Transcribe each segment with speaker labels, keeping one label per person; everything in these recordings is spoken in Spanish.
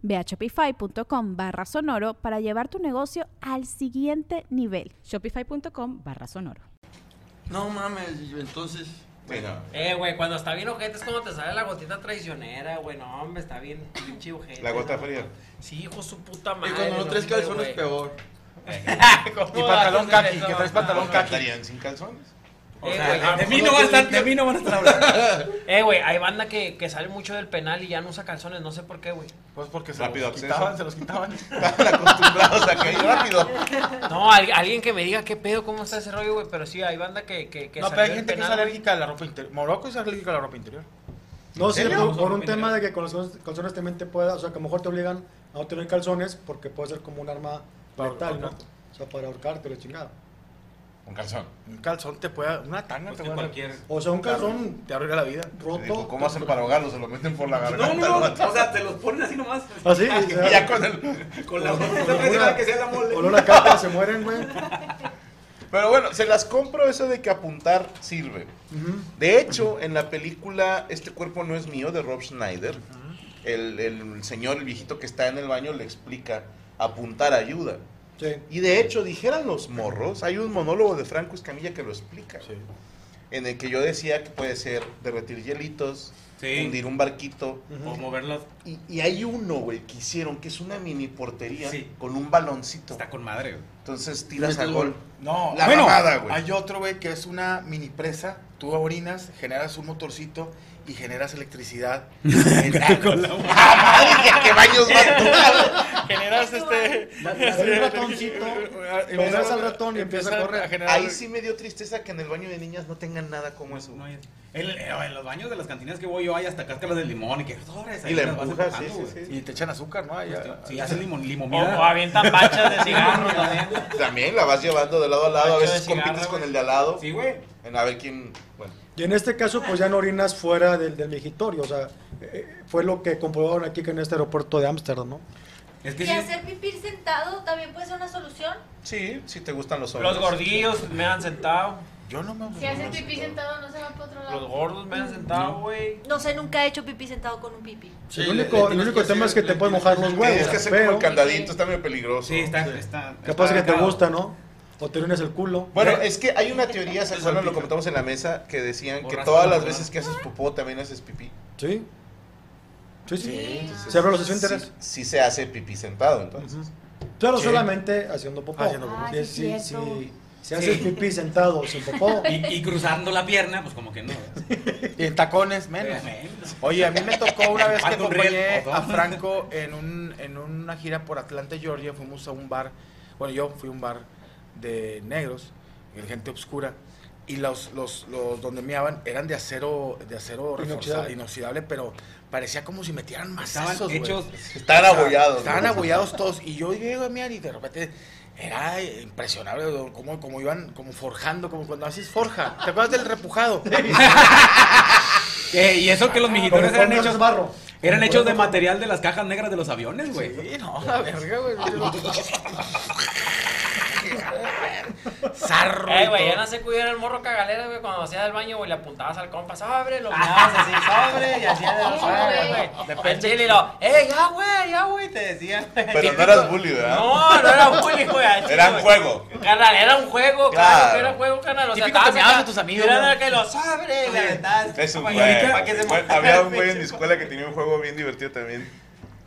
Speaker 1: Ve a shopify.com barra sonoro para llevar tu negocio al siguiente nivel.
Speaker 2: Shopify.com barra sonoro.
Speaker 3: No mames, entonces. Bueno.
Speaker 4: Eh, güey, cuando está bien ojete es cuando te sale la gotita traicionera, güey. No, hombre, está bien pinche ojete.
Speaker 3: ¿La gota fría?
Speaker 4: Sí, hijo, su puta madre.
Speaker 3: Y cuando no traes
Speaker 4: hombre,
Speaker 3: calzones,
Speaker 4: güey.
Speaker 3: peor.
Speaker 4: ¿Cómo
Speaker 5: Y pantalón
Speaker 4: haces
Speaker 5: caqui,
Speaker 4: eso?
Speaker 5: que traes pantalón
Speaker 4: No,
Speaker 5: caqui.
Speaker 3: ¿Estarían sin calzones?
Speaker 4: Eh, güey, a lo
Speaker 5: De mí
Speaker 4: mejor
Speaker 5: no
Speaker 4: no
Speaker 5: van a estar,
Speaker 4: tienen-
Speaker 5: de mí no van a estar hablando.
Speaker 4: Eh, güey, hay banda que, que sale mucho del penal y ya no usa calzones, no sé por qué, güey.
Speaker 5: Pues porque se
Speaker 3: Rápido
Speaker 5: los
Speaker 3: acceso.
Speaker 5: quitaban, se los quitaban.
Speaker 3: Estaban acostumbrados a caer rápido.
Speaker 4: No, al- alguien que me diga qué pedo, cómo está ese rollo, güey, pero sí, hay banda que, que, que
Speaker 5: No,
Speaker 4: salió
Speaker 5: pero hay
Speaker 4: del
Speaker 5: gente que es
Speaker 4: penal, güey.
Speaker 5: alérgica a la ropa interior. Morocco es alérgica a la ropa interior.
Speaker 6: No, sí,
Speaker 3: serio?
Speaker 6: por, por un tema de que con los calzones- calzones también te pueda, o sea, que a lo mejor te obligan a no tener calzones porque puede ser como un arma
Speaker 5: Para
Speaker 6: letal, ¿no?
Speaker 5: ahorcarte.
Speaker 6: O sea, para ahorcarte, la chingada.
Speaker 7: Un calzón.
Speaker 5: Un calzón te puede. Una tanga
Speaker 7: Pues
Speaker 5: te
Speaker 7: que
Speaker 5: puede.
Speaker 7: cualquier.
Speaker 6: O sea, un calzón
Speaker 5: Te arruina la vida.
Speaker 6: roto.
Speaker 7: Dijo, ¿Cómo hacen para ahogarlo? Se lo meten por la garganta.
Speaker 8: No, no, no. O sea, te los ponen así nomás.
Speaker 6: Así, o
Speaker 7: Y
Speaker 6: sea,
Speaker 7: ya con el.
Speaker 8: Con la
Speaker 6: con
Speaker 8: Está
Speaker 6: alguna-
Speaker 8: presionada que sea la mole.
Speaker 6: Con una capa se mueren, güey.
Speaker 7: Pero bueno, se las compro eso de que apuntar sirve.
Speaker 6: Ujú.
Speaker 7: De hecho, en la película Este cuerpo no es mío de Rob Schneider, el, el señor, el viejito que está en el baño, le explica apuntar ayuda.
Speaker 6: Sí.
Speaker 7: Y de hecho, dijeran los morros, hay un monólogo de Franco Escamilla que lo explica. En el que yo decía que puede ser derretir hielitos,
Speaker 8: Sí.
Speaker 7: hundir un barquito,
Speaker 8: O moverlos.
Speaker 7: Y, y hay uno, güey, que hicieron, que es una mini portería
Speaker 8: Sí.
Speaker 7: con un baloncito.
Speaker 8: Está con madre, güey.
Speaker 7: Entonces tiras
Speaker 6: Metes
Speaker 7: al
Speaker 6: gol.
Speaker 7: gol.
Speaker 5: No,
Speaker 7: La
Speaker 5: bueno,
Speaker 7: mamada, güey.
Speaker 5: Hay otro, güey, que es una mini presa. Tú orinas, generas un motorcito y generas electricidad.
Speaker 7: ¡Ah, madre! ¡Qué, qué baños más duros!
Speaker 5: generas este.
Speaker 6: Hay un ratoncito, pegas al ratón y empieza a correr.
Speaker 5: generar.
Speaker 7: Ahí sí me dio tristeza que en el baño de niñas no tengan nada como eso.
Speaker 8: No hay- En, en los baños de las cantinas que voy yo hay hasta cáscaras de limón y que sobres. ahí
Speaker 7: y la
Speaker 8: las vas
Speaker 7: empujas, sí,
Speaker 8: empujando,
Speaker 7: sí,
Speaker 8: güey.
Speaker 7: sí.
Speaker 5: Y te echan azúcar, ¿no? Ahí,
Speaker 8: Cuestión-
Speaker 5: a-
Speaker 8: Sí, hace limón,
Speaker 4: O, o
Speaker 8: limonada.
Speaker 4: avientan bachas de cigarro también.
Speaker 7: También la vas llevando de lado a lado. A
Speaker 4: Macho de
Speaker 7: veces
Speaker 4: cigarro,
Speaker 7: compites con
Speaker 4: güey.
Speaker 7: el de al lado.
Speaker 8: Sí, güey.
Speaker 7: En a ver quién. Bueno,
Speaker 6: Y en este caso, pues ya no orinas fuera del, del migitorio. O sea, eh, fue lo que comprobaron aquí que en este aeropuerto de Ámsterdam, ¿no?
Speaker 8: Es que
Speaker 9: Y
Speaker 8: sí.
Speaker 9: hacer pipí sentado también puede ser una solución.
Speaker 7: sí, si te gustan los hombres.
Speaker 4: Los gordillos me han sentado.
Speaker 5: Yo no me.
Speaker 9: Si haces pipí sentado no se va para otro
Speaker 4: Los
Speaker 9: lado.
Speaker 4: gordos me han sentado, güey.
Speaker 9: No sé, nunca he hecho pipí sentado con un pipí.
Speaker 3: Sí, le-
Speaker 6: el
Speaker 3: le
Speaker 6: único, el
Speaker 3: tienes
Speaker 6: único
Speaker 3: que
Speaker 6: tema
Speaker 3: hacer-
Speaker 6: es que te
Speaker 3: le
Speaker 6: puedes
Speaker 3: tienes
Speaker 6: mojar
Speaker 3: que
Speaker 6: los
Speaker 3: hacer-
Speaker 6: huevos.
Speaker 7: Tienes que hacer como
Speaker 6: pero
Speaker 7: el candadito, está medio peligroso.
Speaker 8: Sí, está. está
Speaker 6: capaz
Speaker 8: está
Speaker 6: que te
Speaker 8: marcado.
Speaker 6: gusta, ¿no? O te orines el culo.
Speaker 7: Bueno,
Speaker 8: ¿Eh?
Speaker 7: es que hay una teoría, ¿se acuerdan? Lo
Speaker 8: salpica.
Speaker 7: comentamos en la mesa, que decían que
Speaker 8: Borracho,
Speaker 7: todas las
Speaker 8: ¿no?
Speaker 7: veces que haces popó también haces pipí.
Speaker 6: Sí. Sí, sí.
Speaker 9: entonces-
Speaker 6: Se abren los
Speaker 7: Sí,
Speaker 6: esfínteres.
Speaker 7: sí se hace pipí sentado, entonces.
Speaker 6: Claro,
Speaker 5: Sí.
Speaker 6: solamente haciendo popó.
Speaker 5: Haciendo popó.
Speaker 9: Ah, sí,
Speaker 6: Sí, sí,
Speaker 9: cierto.
Speaker 6: sí. Si
Speaker 8: Sí.
Speaker 6: haces pipí sentado sin popó,
Speaker 8: Y, y cruzando la pierna, pues como que no.
Speaker 5: Y en tacones, menos. Oye, a mí me tocó una vez que
Speaker 8: Falta un riel,
Speaker 5: acompañé
Speaker 8: ¿no?
Speaker 5: a Franco en, un, en una gira por Atlanta, Georgia. Fuimos a un bar, bueno, yo fui a un bar de negros, de gente oscura. Y los, los, los donde meaban eran de acero, de acero reforzado,
Speaker 6: Inoxidable.
Speaker 5: inoxidable, pero parecía como si metieran más
Speaker 8: Estaban hechos.
Speaker 7: Están
Speaker 5: o sea,
Speaker 7: abollados.
Speaker 5: Estaban
Speaker 7: ¿no?
Speaker 5: abollados todos. Y yo llego a mirar y de repente era impresionable como cómo, cómo iban como forjando, como cuando haces forja. ¿Te acuerdas del repujado?
Speaker 8: Eh, y eso que los
Speaker 6: con
Speaker 8: migitones
Speaker 6: el
Speaker 8: eran
Speaker 6: fondo
Speaker 8: hechos.
Speaker 6: haces barro.
Speaker 8: Eran hechos de material de las cajas negras de los aviones, güey.
Speaker 5: Sí, no, la verga, güey. Zarro.
Speaker 4: Eh,
Speaker 5: y
Speaker 4: güey,
Speaker 5: todo.
Speaker 4: ya no sé cuidar el morro cagalera, güey. Cuando hacía del baño, güey, le apuntabas al compa, sobre, lo
Speaker 7: Ah.
Speaker 8: Ah,
Speaker 4: mirabas así, sobre, y hacía de los sobres, güey. Depende. Chile, y lo, eh, ya, güey, ya, güey, te decía.
Speaker 7: Pero no eras bully, ¿verdad?
Speaker 4: No, no era bullying, güey. al chile,
Speaker 7: Era un
Speaker 4: güey.
Speaker 7: juego.
Speaker 4: Carnal, era un juego, claro,
Speaker 7: Claro.
Speaker 4: que era un juego, carnal. O sea,
Speaker 5: Típico que
Speaker 4: estabas
Speaker 5: mirabas
Speaker 4: acá,
Speaker 5: a tus amigos,
Speaker 4: mirando
Speaker 5: ¿no?
Speaker 4: a que lo sobre, le aventabas.
Speaker 7: Es un
Speaker 4: pa'
Speaker 7: güey.
Speaker 4: que- pa' que se
Speaker 7: Bueno,
Speaker 4: mojara
Speaker 7: Había
Speaker 4: el
Speaker 7: un güey en mi
Speaker 4: pinche
Speaker 7: escuela que tenía un juego bien divertido también.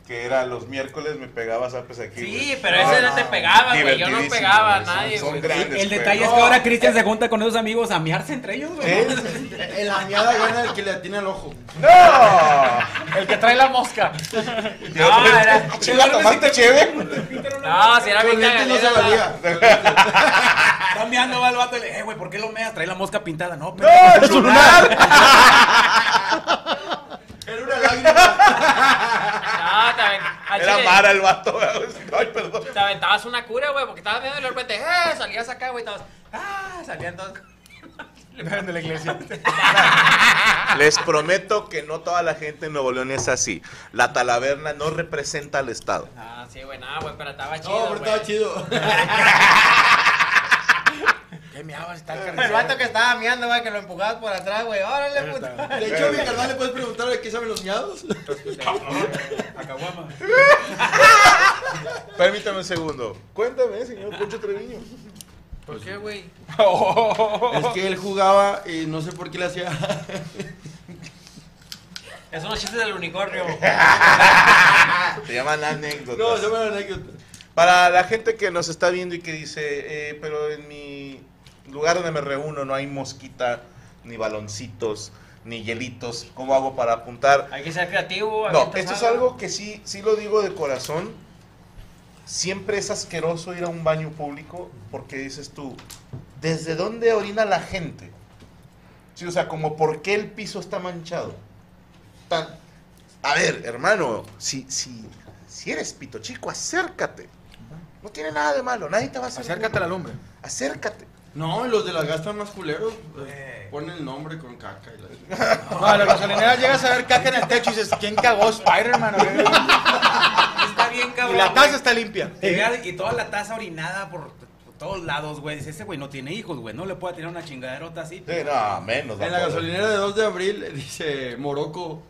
Speaker 7: que era los miércoles me pegaba zapes aquí.
Speaker 4: Sí,
Speaker 7: güey. Ah,
Speaker 4: pero ese no te pegaba, güey. Yo no
Speaker 7: Divertidísimo,
Speaker 4: pegaba a
Speaker 7: güey, son-
Speaker 4: nadie,
Speaker 7: son
Speaker 4: güey.
Speaker 7: grandes.
Speaker 8: El
Speaker 7: pero-
Speaker 8: detalle es que ahora Cristian se junta con esos amigos a miarse entre ellos, güey.
Speaker 7: ¿Eh?
Speaker 3: En la miada gana el que le atina el ojo.
Speaker 7: ¡No!
Speaker 4: El que trae la mosca.
Speaker 7: Yo,
Speaker 4: No,
Speaker 7: pues,
Speaker 4: Ah, era-
Speaker 7: ¿Chela tomaste chévere?
Speaker 4: No, si era bien
Speaker 3: Con lentes no se
Speaker 4: cagadera.
Speaker 3: valía.
Speaker 8: Está meando va el vato y le, eh, güey, ¿por qué lo meas? Trae la mosca pintada, no, pero.
Speaker 7: ¡No, chunar!
Speaker 3: Era una lágrima.
Speaker 4: No, te aven- al
Speaker 7: Era
Speaker 4: chile,
Speaker 7: Mara el vato. güey. Ay, perdón.
Speaker 4: Te aventabas una cura, güey, porque estabas viendo y de repente, eh, salías acá, güey, estabas, ah, salían todos.
Speaker 5: De la iglesia.
Speaker 7: Les prometo que no toda la gente en Nuevo León es así. La talaverna no representa al Estado.
Speaker 4: Ah, sí, güey, nada, güey, pero estaba
Speaker 3: No,
Speaker 4: chido,
Speaker 3: pero estaba
Speaker 4: güey.
Speaker 3: chido.
Speaker 5: ¿Qué meabas? Está el
Speaker 4: El vato que estaba miando, güey, que lo empujabas por atrás, güey, órale, puta.
Speaker 8: Eh,
Speaker 3: De hecho, a mi carnal le puedes preguntar de qué saben los miados.
Speaker 8: Acaguama.
Speaker 7: Permítame un segundo. Cuéntame, señor Poncho Treviño.
Speaker 4: ¿Por qué, güey?
Speaker 3: Es que él jugaba y no sé por qué le hacía.
Speaker 4: Esos son los chistes del unicornio.
Speaker 7: Se llaman anécdotas.
Speaker 3: No, se me da anécdota.
Speaker 7: Para la gente que nos está viendo y que dice, eh, pero en mi lugar donde me reúno no hay mosquita, ni baloncitos, ni hielitos, ¿cómo hago para apuntar?
Speaker 4: Hay que ser creativo.
Speaker 7: No,
Speaker 4: avientas
Speaker 7: esto es
Speaker 4: algo.
Speaker 7: algo que sí, sí lo digo de corazón. Siempre es asqueroso ir a un baño público porque dices tú, ¿desde dónde orina la gente? Sí, o sea, como por qué el piso está manchado. Tan- A ver, hermano, si, si, si eres pito chico, acércate. No tiene nada de malo, nadie te va a hacer
Speaker 5: Acércate a la lumbre.
Speaker 7: bullying. Acércate.
Speaker 3: No, los de las gas están más culeros. eh, Ponen el nombre con caca. y la-
Speaker 5: No, a la gasolinera llegas a ver caca en el techo y dices, ¿quién cagó Spider-Man? o qué?"
Speaker 8: Está bien, cabrón.
Speaker 5: Y la taza está limpia.
Speaker 8: Llegar y toda la taza orinada por, por todos lados, güey. Dice, ese güey no tiene hijos, güey. No le puedo tirar una chingaderota así.
Speaker 7: Sí, no, menos.
Speaker 3: En la
Speaker 7: tampoco.
Speaker 3: gasolinera de 2 de abril eh, dice Morocco.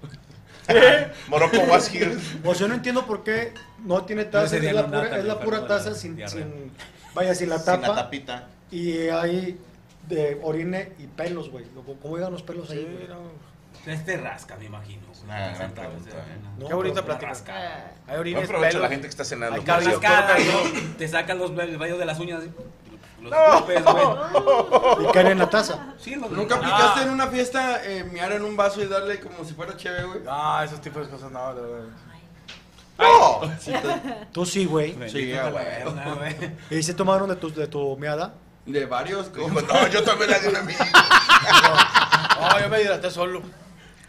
Speaker 7: Morocco was here.
Speaker 6: O sea, yo no entiendo por qué no tiene
Speaker 8: No
Speaker 6: taza,
Speaker 8: sería
Speaker 6: es la
Speaker 8: una
Speaker 6: pura,
Speaker 8: nata,
Speaker 6: es la
Speaker 8: pero
Speaker 6: pura
Speaker 8: bueno,
Speaker 6: taza sin,
Speaker 8: diarrea.
Speaker 6: sin- vaya, sin la
Speaker 7: Sin la
Speaker 6: tapa
Speaker 7: tapita.
Speaker 6: y hay de orine y pelos, güey. ¿Cómo llegan los pelos ahí, güey?
Speaker 8: Este rasca, me imagino. güey.
Speaker 5: Ah,
Speaker 7: Una gran
Speaker 8: Sentado,
Speaker 7: pregunta,
Speaker 8: o sea,
Speaker 7: eh.
Speaker 8: ¿no?
Speaker 6: No,
Speaker 5: Qué bonita
Speaker 6: pero-
Speaker 5: plática.
Speaker 8: Rasca.
Speaker 9: Ah.
Speaker 5: Hay
Speaker 7: No
Speaker 5: orines,
Speaker 7: aprovecho
Speaker 5: pelos.
Speaker 7: la gente que está cenando.
Speaker 5: Hay
Speaker 7: por
Speaker 5: cabello.
Speaker 7: Dios.
Speaker 8: Rascada, ¿no? Te sacan los el vello de las uñas. así, Los golpes, güey.
Speaker 6: Y caen en la taza.
Speaker 8: Sí, los-
Speaker 5: Ah.
Speaker 3: ¿Nunca aplicaste en una fiesta eh, miar en un vaso y darle como si fuera chévere, güey?
Speaker 5: Ah, esos tipos de cosas no, de verdad.
Speaker 7: No.
Speaker 6: Tú sí, güey.
Speaker 8: Ah, Bendito
Speaker 3: Sí,
Speaker 8: la
Speaker 3: güey.
Speaker 8: verga, güey.
Speaker 6: ¿Y se tomaron de tu, de tu meada?
Speaker 3: De varios,
Speaker 7: Dijo,
Speaker 3: como.
Speaker 7: no, yo también la di una mía.
Speaker 5: No, yo me hidraté solo.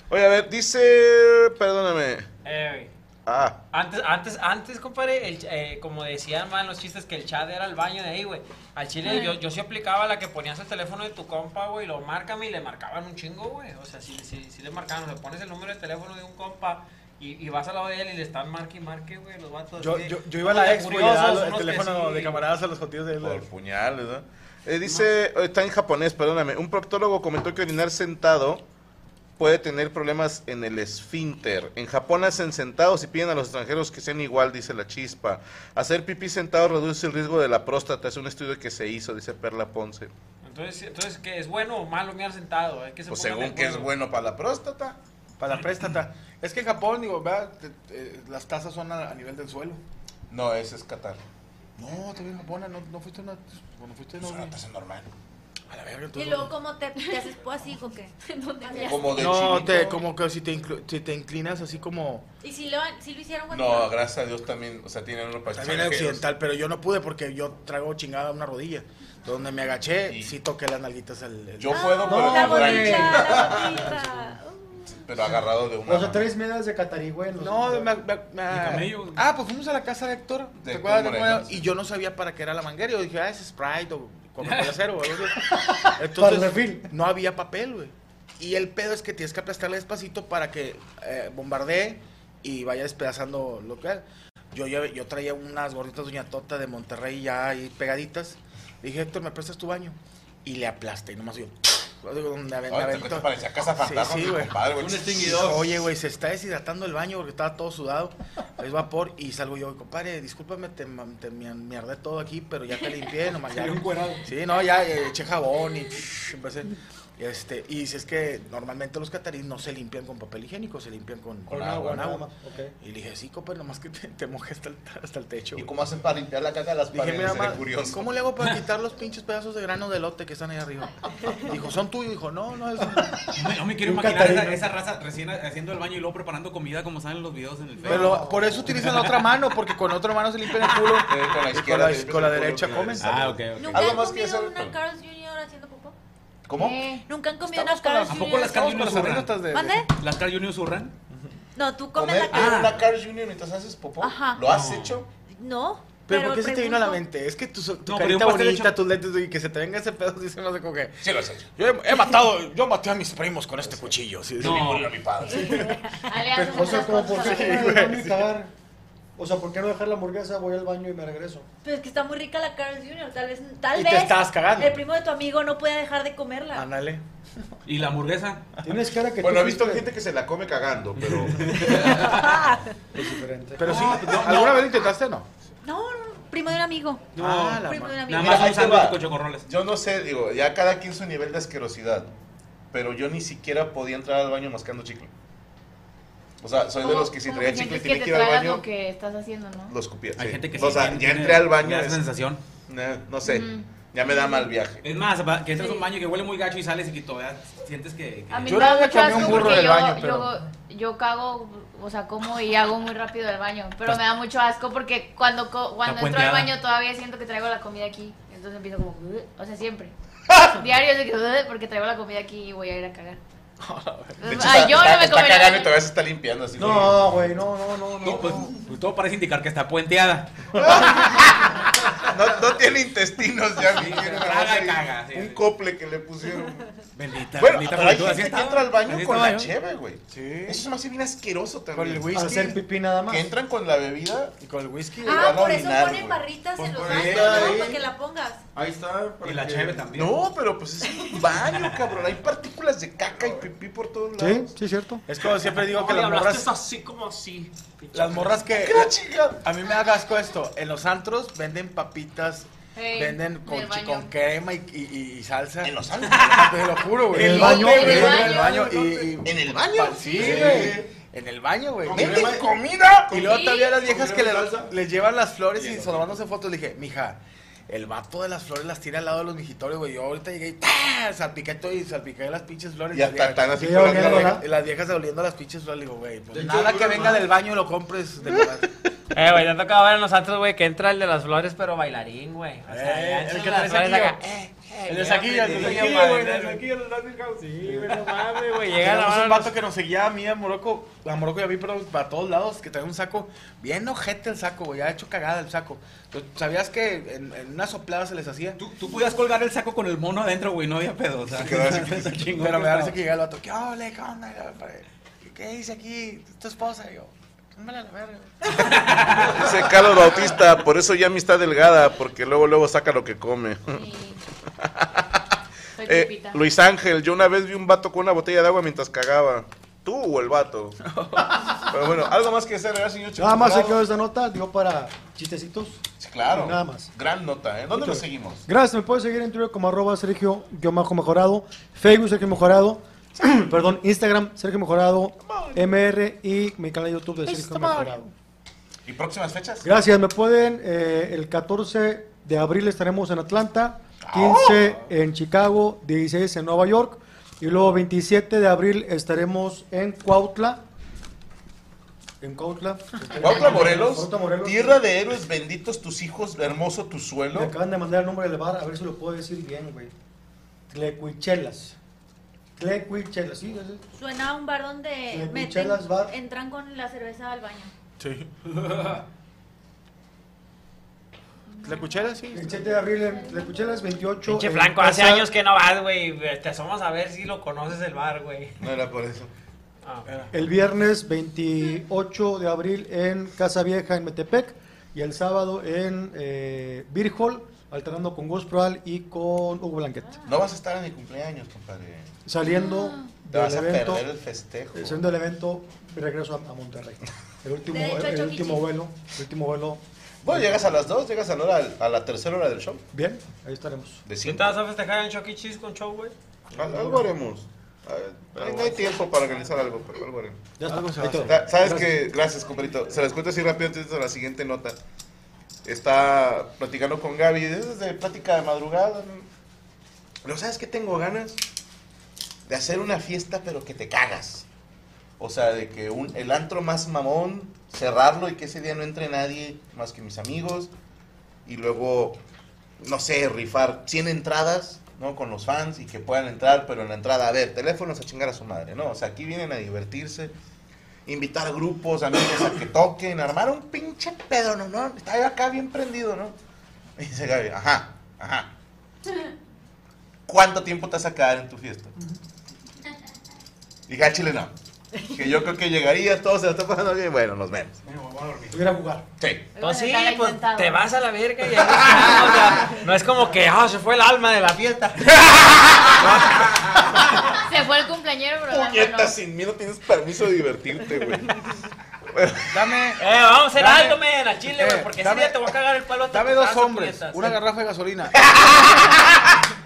Speaker 7: Oye, a ver, dice. Perdóname.
Speaker 4: Eh, güey.
Speaker 7: Ah,
Speaker 4: Antes, antes, antes, compadre, el ch- eh, como decían man, los chistes, que el chat era el baño de ahí, güey. Al chile, yo, yo sí aplicaba la que ponías el teléfono de tu compa, güey, lo márcame y le marcaban un chingo, güey. O sea, si, si, si le marcaban, o sea, pones el número de teléfono de un compa y, y vas al lado de él y le están marque y marque, güey, los vatos.
Speaker 5: Yo,
Speaker 4: así de-
Speaker 5: yo, yo iba a
Speaker 4: unos
Speaker 5: la
Speaker 4: de
Speaker 5: expo y le
Speaker 4: curiosos,
Speaker 5: daba el
Speaker 4: unos que
Speaker 5: teléfono
Speaker 4: sí.
Speaker 5: de camaradas a los jodidos de él.
Speaker 7: por puñales, ¿no? Eh, dice, eh, está en japonés, perdóname. Un proctólogo comentó que orinar sentado puede tener problemas en el esfínter. En Japón hacen sentados y piden a los extranjeros que sean igual, dice la chispa. Hacer pipí sentado reduce el riesgo de la próstata. Es un estudio que se hizo, dice Perla Ponce.
Speaker 4: Entonces, entonces ¿qué es bueno o malo mirar sentado? Hay que se
Speaker 7: Pues
Speaker 4: pongan
Speaker 7: según
Speaker 4: de
Speaker 7: que es
Speaker 4: acuerdo.
Speaker 7: bueno para la próstata.
Speaker 5: Para la préstata. Es que en Japón, digo, ¿verdad? Te- te- las tazas son a, a nivel del suelo.
Speaker 7: No, ese es Qatar.
Speaker 5: No, te en Japón, no, no fuiste una. Bueno, fuiste
Speaker 7: Es
Speaker 5: una.
Speaker 7: una taza normal.
Speaker 5: Pues, A la verga,
Speaker 9: Y
Speaker 5: entonces.
Speaker 9: luego, ¿cómo te, te haces pues así o qué?
Speaker 7: Como de
Speaker 5: No,
Speaker 7: chilito.
Speaker 5: te, como que si te, inclu- si te inclinas así como.
Speaker 9: ¿Y si lo, si lo hicieron cuando
Speaker 7: No, gracias a Dios también, o sea, tienen uno para
Speaker 5: También era
Speaker 7: extranjeros.
Speaker 5: occidental, pero yo no pude porque yo traigo chingada una rodilla. Donde me agaché,
Speaker 7: Y-
Speaker 5: sí toqué las nalguitas al. al-
Speaker 7: Yo puedo,
Speaker 6: no,
Speaker 7: pero,
Speaker 9: Ah, La
Speaker 6: güey.
Speaker 9: bolita, la bolita.
Speaker 7: pero agarrado de una.
Speaker 6: O sea,
Speaker 7: mano.
Speaker 6: tres meadas de catarí, güey. los-
Speaker 5: No, me, me, me-
Speaker 8: camello.
Speaker 5: Ah, pues fuimos a la casa de Héctor.
Speaker 7: De
Speaker 5: ¿Te
Speaker 7: Héctor
Speaker 5: acuerdas de
Speaker 7: Moreno,
Speaker 5: Moreno?
Speaker 7: sí.
Speaker 5: Y yo no sabía para qué era la manguera. Yo dije, ah, es Sprite o Coca-Cola cero. o algo así.
Speaker 6: Para el refil.
Speaker 5: no había papel, güey. Y el pedo es que tienes que aplastarle despacito para que eh, bombardee y vaya despedazando lo que hay. Yo, ya- yo traía unas gorditas Doña Tota de Monterrey ya ahí pegaditas. Dije, Héctor, ¿me prestas tu baño? Y le aplasté y nomás yo... digo, me aven- me
Speaker 7: Ay, te
Speaker 5: aventó.
Speaker 7: parecía casa fantasma,
Speaker 5: sí,
Speaker 7: mi
Speaker 5: güey.
Speaker 7: compadre, güey.
Speaker 3: Un extinguidor.
Speaker 5: Oye, güey, se está deshidratando el baño porque estaba todo sudado. Es vapor y salgo yo, compadre, discúlpame, te, ma- te mi- mierdé todo aquí, pero ya te limpié, nomás ya. Sí, no, ya eh, eché jabón y psh, empecé. Este, y dice, es que normalmente los catarís no se limpian con papel higiénico, se limpian con,
Speaker 6: Con agua,
Speaker 5: con
Speaker 6: nada
Speaker 5: agua.
Speaker 6: más, ok.
Speaker 5: Y le dije, sí, compadre, nomás que te, te mojes hasta el, hasta el techo.
Speaker 7: ¿Y
Speaker 5: güey".
Speaker 7: cómo hacen para limpiar la caca de las
Speaker 5: Dije,
Speaker 7: paredes?
Speaker 5: mira,
Speaker 7: Era
Speaker 5: mamá,
Speaker 7: curioso.
Speaker 5: ¿cómo le hago para quitar los pinches pedazos de grano de lote que están ahí arriba? Dijo, ¿son tuyos? Dijo, no, no, es...
Speaker 8: No, me- no me quiero
Speaker 6: Nunca
Speaker 8: imaginar
Speaker 6: te
Speaker 8: esa,
Speaker 6: digo.
Speaker 8: esa raza recién haciendo el baño y luego preparando comida como salen los videos en el Facebook.
Speaker 5: Pero por eso utilizan la otra mano, porque con la otra mano se limpian el culo.
Speaker 7: Eh, con la
Speaker 5: y
Speaker 7: izquierda
Speaker 5: con
Speaker 7: te
Speaker 5: la, con la
Speaker 7: limpias el
Speaker 5: derecha
Speaker 7: culo,
Speaker 5: comen.
Speaker 7: claro.
Speaker 8: Ah, ok, ok.
Speaker 9: ¿Nunca
Speaker 7: Algo
Speaker 9: han
Speaker 7: más que
Speaker 9: comido
Speaker 7: hacer.
Speaker 9: una Carl's Jr. haciendo popó?
Speaker 7: ¿Cómo?
Speaker 9: ¿Nunca han comido
Speaker 5: Estamos
Speaker 9: una
Speaker 5: con la-
Speaker 9: Carl's
Speaker 8: ¿A
Speaker 9: Jr.?
Speaker 8: poco las Carl
Speaker 5: Estamos
Speaker 8: Junior
Speaker 5: con las anécdotas de...
Speaker 9: ¿Mande?
Speaker 8: ¿Las Carl Junior zurran?
Speaker 9: No, tú comes la
Speaker 7: ¿Comer ah,
Speaker 9: Carl's
Speaker 7: una Carl Jr. mientras haces popó?
Speaker 9: Ajá.
Speaker 7: ¿Lo has hecho?
Speaker 9: No.
Speaker 5: Pero, ¿por qué se te vino a la
Speaker 9: pregunto.
Speaker 5: mente? Es que tu, tu
Speaker 8: No, pero yo
Speaker 5: carita
Speaker 8: pasé de
Speaker 5: bonita,
Speaker 8: hecho-
Speaker 5: tus lentes, y que se te venga ese pedo, sí se me hace como que...
Speaker 7: Sí, lo has hecho.
Speaker 5: Yo he, he matado, yo maté a mis primos con este cuchillo. sí, sí.
Speaker 8: No.
Speaker 7: Murió mi padre.
Speaker 9: Alias,
Speaker 6: O sea,
Speaker 9: otras
Speaker 6: como por
Speaker 9: cosas.
Speaker 6: qué no dejarme cagar. O sea, ¿por qué no dejar la hamburguesa? Voy al baño y me regreso.
Speaker 9: Pero es que está muy rica la Carl's Jr. Tal vez, tal
Speaker 5: Y te
Speaker 9: vez.
Speaker 5: estabas cagando. Ah.
Speaker 9: El primo de tu amigo no puede dejar de comerla.
Speaker 5: Ándale.
Speaker 8: ¿Y la hamburguesa?
Speaker 6: Tienes cara que
Speaker 7: Bueno,
Speaker 6: tú
Speaker 7: he visto
Speaker 6: fuiste-
Speaker 7: gente que se la come cagando, pero
Speaker 6: Es Pues diferente.
Speaker 5: Pero sí, ¿alguna vez intentaste no?
Speaker 9: No, no, no, primo de un amigo.
Speaker 8: No.
Speaker 5: Ah, la
Speaker 9: primo de un
Speaker 5: ma-
Speaker 9: amigo.
Speaker 8: Nada
Speaker 7: Mira,
Speaker 8: más
Speaker 7: ahí
Speaker 8: un
Speaker 7: te
Speaker 8: sándwich
Speaker 7: va.
Speaker 8: con chocorroles.
Speaker 7: yo no sé, digo, ya cada quien su nivel de asquerosidad. Pero yo ni siquiera podía entrar al baño mascando chicle. O sea, soy de los que si traía chicle tiene que ir al baño,
Speaker 10: que estás haciendo, ¿no?
Speaker 7: lo escupía.
Speaker 8: Hay
Speaker 7: sí.
Speaker 8: gente que
Speaker 7: O
Speaker 8: sí
Speaker 7: sea,
Speaker 8: tiene-
Speaker 7: ya
Speaker 8: tiene-
Speaker 7: entré al
Speaker 8: me
Speaker 7: baño,
Speaker 8: da esa
Speaker 7: es-
Speaker 8: sensación.
Speaker 7: no, no sé,
Speaker 10: Ujú.
Speaker 7: ya me da mal viaje.
Speaker 8: Es más, va- que entras a
Speaker 10: Sí.
Speaker 8: un baño que huele muy gacho y sales y que todavía sientes que... que-
Speaker 10: A mí
Speaker 5: Yo
Speaker 10: me
Speaker 5: una
Speaker 10: da
Speaker 5: vez
Speaker 10: mucho
Speaker 5: comí un
Speaker 10: asco
Speaker 5: burro
Speaker 10: porque
Speaker 5: del
Speaker 10: yo,
Speaker 5: baño, pero-
Speaker 10: yo, yo cago, o sea, como y hago muy rápido el baño. Pero me da mucho asco porque cuando, co- cuando entro
Speaker 8: puenteada.
Speaker 10: al baño todavía siento que traigo la comida aquí. Entonces empiezo como, "Ugh", o sea, siempre. Diario es de que, "Ugh", porque traigo la comida aquí y voy a ir a cagar.
Speaker 7: De hecho,
Speaker 10: Ay,
Speaker 7: está,
Speaker 10: yo
Speaker 7: está-
Speaker 10: no me
Speaker 7: está
Speaker 10: comería.
Speaker 7: cagando y todavía se está limpiando así. como-
Speaker 6: No, güey, no, no, no, no.
Speaker 8: No, pues, pues todo parece indicar que está puenteada.
Speaker 7: No, no tiene intestinos ya. ni
Speaker 8: Sí,
Speaker 7: tiene
Speaker 8: caga,
Speaker 7: nada más ahí.
Speaker 8: caga, sí,
Speaker 7: un
Speaker 8: sí.
Speaker 7: cople que le pusieron.
Speaker 8: Bendita,
Speaker 7: Bueno,
Speaker 8: bendita
Speaker 7: pero hay
Speaker 8: juventud, así
Speaker 7: gente que
Speaker 8: estaba.
Speaker 7: entra al baño
Speaker 8: Así
Speaker 7: con
Speaker 8: estaba
Speaker 7: la
Speaker 8: yo.
Speaker 7: cheve, güey.
Speaker 5: Sí.
Speaker 7: Eso se me hace bien asqueroso también.
Speaker 5: Con el whisky.
Speaker 6: Hacer pipí nada más.
Speaker 7: Que entran con la bebida.
Speaker 5: Y con el whisky.
Speaker 9: Ah,
Speaker 7: Van a
Speaker 9: por eso
Speaker 7: orinar,
Speaker 9: ponen
Speaker 7: güey. Pues
Speaker 9: barritas en los
Speaker 3: por
Speaker 9: baños,
Speaker 3: ahí.
Speaker 9: ¿no? Para que la pongas.
Speaker 3: Ahí está. para
Speaker 8: Y la
Speaker 3: que-
Speaker 8: cheve también.
Speaker 7: No, pero pues es un baño, cabrón. Hay partículas de caca y pipí por todos
Speaker 6: Sí,
Speaker 7: lados.
Speaker 6: sí, cierto.
Speaker 5: Es como siempre digo que
Speaker 4: Oye,
Speaker 5: las
Speaker 4: hablaste
Speaker 5: morras,
Speaker 4: así como así.
Speaker 5: las morras que...
Speaker 7: ¿Qué la chica?
Speaker 5: A mí me da asco esto. En los antros venden papitas,
Speaker 10: Ey,
Speaker 5: venden con,
Speaker 10: del baño.
Speaker 5: con crema y, y- y salsa.
Speaker 7: En los antros.
Speaker 5: Te lo juro, güey.
Speaker 6: En el
Speaker 5: Sí,
Speaker 6: baño,
Speaker 5: güey,
Speaker 6: en el
Speaker 5: En el
Speaker 10: baño.
Speaker 5: baño. y- y-
Speaker 7: ¿En el baño?
Speaker 5: pa- Sí, güey. En el baño, güey.
Speaker 3: Con
Speaker 5: Venden
Speaker 3: crema-
Speaker 5: comida. Y luego todavía las viejas
Speaker 3: con
Speaker 5: que le-
Speaker 3: crema y
Speaker 5: les,
Speaker 3: salsa.
Speaker 5: llevan las flores y tomándose fotos. Le dije, mija, el vato de las flores las tira al lado de los mijitorios, güey. Yo ahorita llegué y ¡tá! salpiqué todo y salpiqué las pinches flores.
Speaker 7: Y hasta están así
Speaker 6: Sí,
Speaker 7: con la
Speaker 5: Y las
Speaker 6: oliendo,
Speaker 7: cara.
Speaker 5: viejas- y las viejas oliendo las pinches flores. Le digo, güey, pues
Speaker 3: De hecho,
Speaker 5: nada que
Speaker 3: dura
Speaker 5: venga
Speaker 3: más.
Speaker 5: del baño lo compres de verdad.
Speaker 4: Eh, güey, te toca ver en los antros, güey, que entra el de las flores, pero bailarín, güey. O sea,
Speaker 5: Eh,
Speaker 4: ya
Speaker 5: el
Speaker 4: entran
Speaker 5: que
Speaker 4: las
Speaker 5: trae
Speaker 4: flores
Speaker 5: saquillo.
Speaker 4: acá, eh, eh,
Speaker 5: El
Speaker 4: ya
Speaker 5: de saquillo, el de
Speaker 4: aprendí,
Speaker 5: saquillo,
Speaker 4: madre,
Speaker 5: güey, el de
Speaker 4: el de
Speaker 5: saquillo,
Speaker 4: los antros, cabrón, Sí, güey, no mames, güey. Llega la
Speaker 5: Tenemos un
Speaker 4: mano.
Speaker 5: vato que nos seguía a mí, a Morocco, a Morocco y a mí, pero para todos lados, que traía un saco, bien ojete el saco, güey, ya hecho cagada el saco. Tú ¿Sabías que en, en una soplada se les hacía?
Speaker 8: Tú, tú podías colgar el saco con el mono adentro, güey, no había pedo. O sea,
Speaker 7: quedaba así.
Speaker 8: Está chingón
Speaker 5: Pero
Speaker 8: que
Speaker 5: me parece
Speaker 8: estaba.
Speaker 5: que llega el vato, ¿qué ole, qué onda? Y yo, "Pare, ¿Qué dice aquí tu esposa? Y yo, "Cámbiala la verga.
Speaker 7: Dice Carlos Bautista, por eso ya amistad delgada, porque luego luego saca lo que come.
Speaker 10: Sí. Soy
Speaker 7: Eh,
Speaker 10: pipita.
Speaker 7: Luis Ángel, yo una vez vi un vato con una botella de agua mientras cagaba. ¿Tú o el vato? Pero bueno, algo más que hacer, ¿verdad, señor
Speaker 6: Nada más se
Speaker 7: Chocolate?
Speaker 6: quedó esta nota, digo, para chistecitos.
Speaker 7: Sí, claro.
Speaker 6: Nada más.
Speaker 7: Gran nota, ¿eh? ¿Dónde nos
Speaker 6: Muchas gracias.
Speaker 7: seguimos?
Speaker 6: Gracias, me puedes seguir en Twitter como arroba Sergio guión bajo Mejorado, Facebook Sergio Mejorado, perdón, Instagram Sergio Mejorado, MR y mi canal de YouTube de Sergio Mejorado.
Speaker 7: ¿Y próximas fechas?
Speaker 6: Gracias, me pueden, eh, el 14 de abril estaremos en Atlanta, 15 en Chicago, 16 en Nueva York y luego 27 de abril estaremos en Cuautla. En Cuautla.
Speaker 7: Cuautla Morelos,
Speaker 6: Cuautla, Morelos.
Speaker 7: tierra de héroes, benditos tus hijos, hermoso tu suelo.
Speaker 6: Me acaban de mandar el nombre del bar, a ver si lo puedo decir bien, güey. Tlecuichelas. Tlecuichelas, sí, sí, sí.
Speaker 9: Suena a un bar donde
Speaker 6: Sí,
Speaker 9: meten,
Speaker 6: Michelas Bar.
Speaker 9: entran con la cerveza al baño.
Speaker 5: ¿La cuchara? Sí.
Speaker 6: 27 de abril en Tlecuichelas, 28.
Speaker 4: Pinche
Speaker 6: en
Speaker 4: Blanco, hace
Speaker 6: Plaza-
Speaker 4: años que no vas, güey. Te asomas a ver si lo conoces el bar, güey.
Speaker 7: No era por eso.
Speaker 4: Ah,
Speaker 6: El viernes 28 de abril en Casa Vieja, en Metepec. Y el sábado en eh, Beer Hall, alternando con Gus Proal y con Hugo Blanquet.
Speaker 7: No vas a estar en mi cumpleaños, compadre.
Speaker 6: Saliendo
Speaker 10: Ah.
Speaker 7: Te
Speaker 6: del
Speaker 7: vas a
Speaker 6: evento,
Speaker 7: perder el festejo.
Speaker 6: saliendo del evento, regreso a, a Monterrey. El último,
Speaker 9: De hecho,
Speaker 6: el,
Speaker 9: Chucky
Speaker 6: último
Speaker 9: Cheese.
Speaker 6: vuelo, el último vuelo.
Speaker 7: Bueno, llegas a las 2, llegas a la, hora, a la tercera hora del show.
Speaker 6: Bien, ahí estaremos.
Speaker 7: De
Speaker 4: ¿Sí
Speaker 7: cinco.
Speaker 4: te vas a festejar en Chucky E. Cheese con show, güey?
Speaker 7: Al- Algo haremos. Ah, Hay, no hay tiempo para organizar algo, pero algo haremos.
Speaker 5: Ya estamos
Speaker 7: Ta- Sabes que, gracias, compadrito. Se las cuento así rápido antes de la siguiente nota. Está platicando con Gaby, desde plática de madrugada. ¿no? Pero ¿sabes qué tengo ganas? De hacer una fiesta, pero que te cagas. O sea, de que un, el antro más mamón, cerrarlo y que ese día no entre nadie más que mis amigos. Y luego, no sé, rifar 100 entradas, ¿no? Con los fans y que puedan entrar, pero en la entrada, a ver, teléfonos a chingar a su madre, ¿no? O sea, aquí vienen a divertirse invitar grupos, amigos a que toquen, armar un pinche pedo, no, no, estaba yo acá bien prendido, ¿no? Y dice Gaby, ajá, ajá. ¿Cuánto tiempo te vas a quedar en tu fiesta? Dije, al chile no. Que yo creo que llegaría, todo se lo está pasando bien. Bueno, nos vemos.
Speaker 6: Voy a jugar.
Speaker 7: Sí.
Speaker 4: Pues sí,
Speaker 10: Bueno, está
Speaker 4: pues
Speaker 10: intentado.
Speaker 4: te vas a la verga y ahí nos quedamos, o sea, no es como que ah, se fue el alma de la fiesta.
Speaker 10: Se fue el cumpleañero, pero la
Speaker 7: Puñeta,
Speaker 10: ganó.
Speaker 7: sin mí no tienes permiso de divertirte, güey.
Speaker 5: Dame,
Speaker 4: Eh, vamos a hacer
Speaker 5: Dame-
Speaker 4: algo, men, al chile, güey,
Speaker 5: eh,
Speaker 4: porque
Speaker 5: dame-
Speaker 4: ese día te voy a cagar el palo. hasta
Speaker 5: dame
Speaker 4: tu
Speaker 5: dos
Speaker 4: casa,
Speaker 5: hombres,
Speaker 4: puñetas.
Speaker 5: una garrafa de gasolina.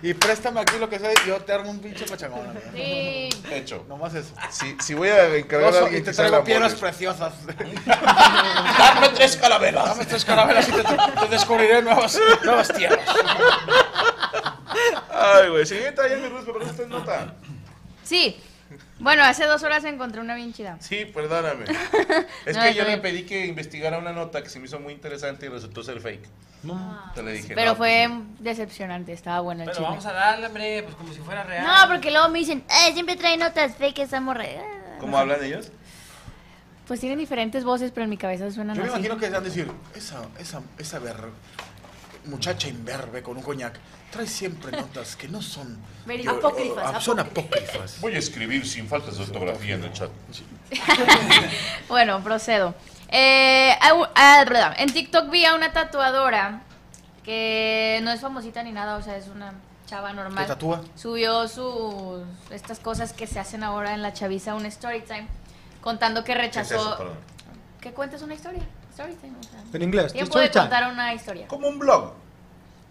Speaker 5: y préstame aquí lo que sea, y yo te armo un pinche pachangón. la verdad.
Speaker 10: Sí.
Speaker 7: Hecho,
Speaker 5: Nomás eso.
Speaker 7: si, si voy a encargar a
Speaker 5: Oso,
Speaker 7: alguien
Speaker 5: y te
Speaker 7: que sea
Speaker 5: traigo
Speaker 7: la
Speaker 5: piedras
Speaker 7: mole.
Speaker 5: preciosas.
Speaker 7: Dame tres calaveras.
Speaker 5: Dame estas carabelas y te, te descubriré nuevas, nuevas tierras.
Speaker 7: Ay, güey, señorita, ya me gusta, pero no está en nota.
Speaker 10: Sí. Bueno, hace dos horas encontré una bien chida.
Speaker 7: Sí, perdóname. Es
Speaker 10: No,
Speaker 7: que
Speaker 10: está
Speaker 7: yo le
Speaker 10: bien.
Speaker 7: pedí que investigara una nota que se me hizo muy interesante y resultó ser fake. Te le dije.
Speaker 10: Pero
Speaker 7: no,
Speaker 10: fue
Speaker 7: pues,
Speaker 10: decepcionante, estaba bueno el
Speaker 4: Pero
Speaker 10: chisme.
Speaker 4: vamos a darle, hombre, pues como si fuera real.
Speaker 10: No, porque luego me dicen, "Ay, siempre trae notas fake esa morra. Ah.
Speaker 7: ¿Cómo hablan ellos?
Speaker 10: Pues tienen diferentes voces, pero en mi cabeza suenan
Speaker 5: Yo me
Speaker 10: así.
Speaker 5: imagino que van a decir, esa, esa, esa ver- muchacha imberbe con un coñac trae siempre notas que no son
Speaker 10: Verídicas.
Speaker 5: yo-
Speaker 7: eh,
Speaker 9: Apócrifas,
Speaker 5: ah, son apócrifas.
Speaker 7: Voy a escribir sin faltas de ortografía en el chat.
Speaker 10: Bueno, procedo. Eh, au- ah, perdón. en TikTok vi a una tatuadora que no es famosita ni nada, o sea, es una chava normal.
Speaker 5: ¿Te tatúa?
Speaker 10: Subió sus estas cosas que se hacen ahora en la chaviza, un story time, contando que
Speaker 7: ¿Qué es
Speaker 10: rechazó.
Speaker 7: eso, perdón?
Speaker 10: que cuentes una historia. Story time, o sea,
Speaker 6: En inglés.
Speaker 10: Tiempo
Speaker 6: story
Speaker 10: de
Speaker 6: time.
Speaker 10: contar una historia.
Speaker 7: Como un blog.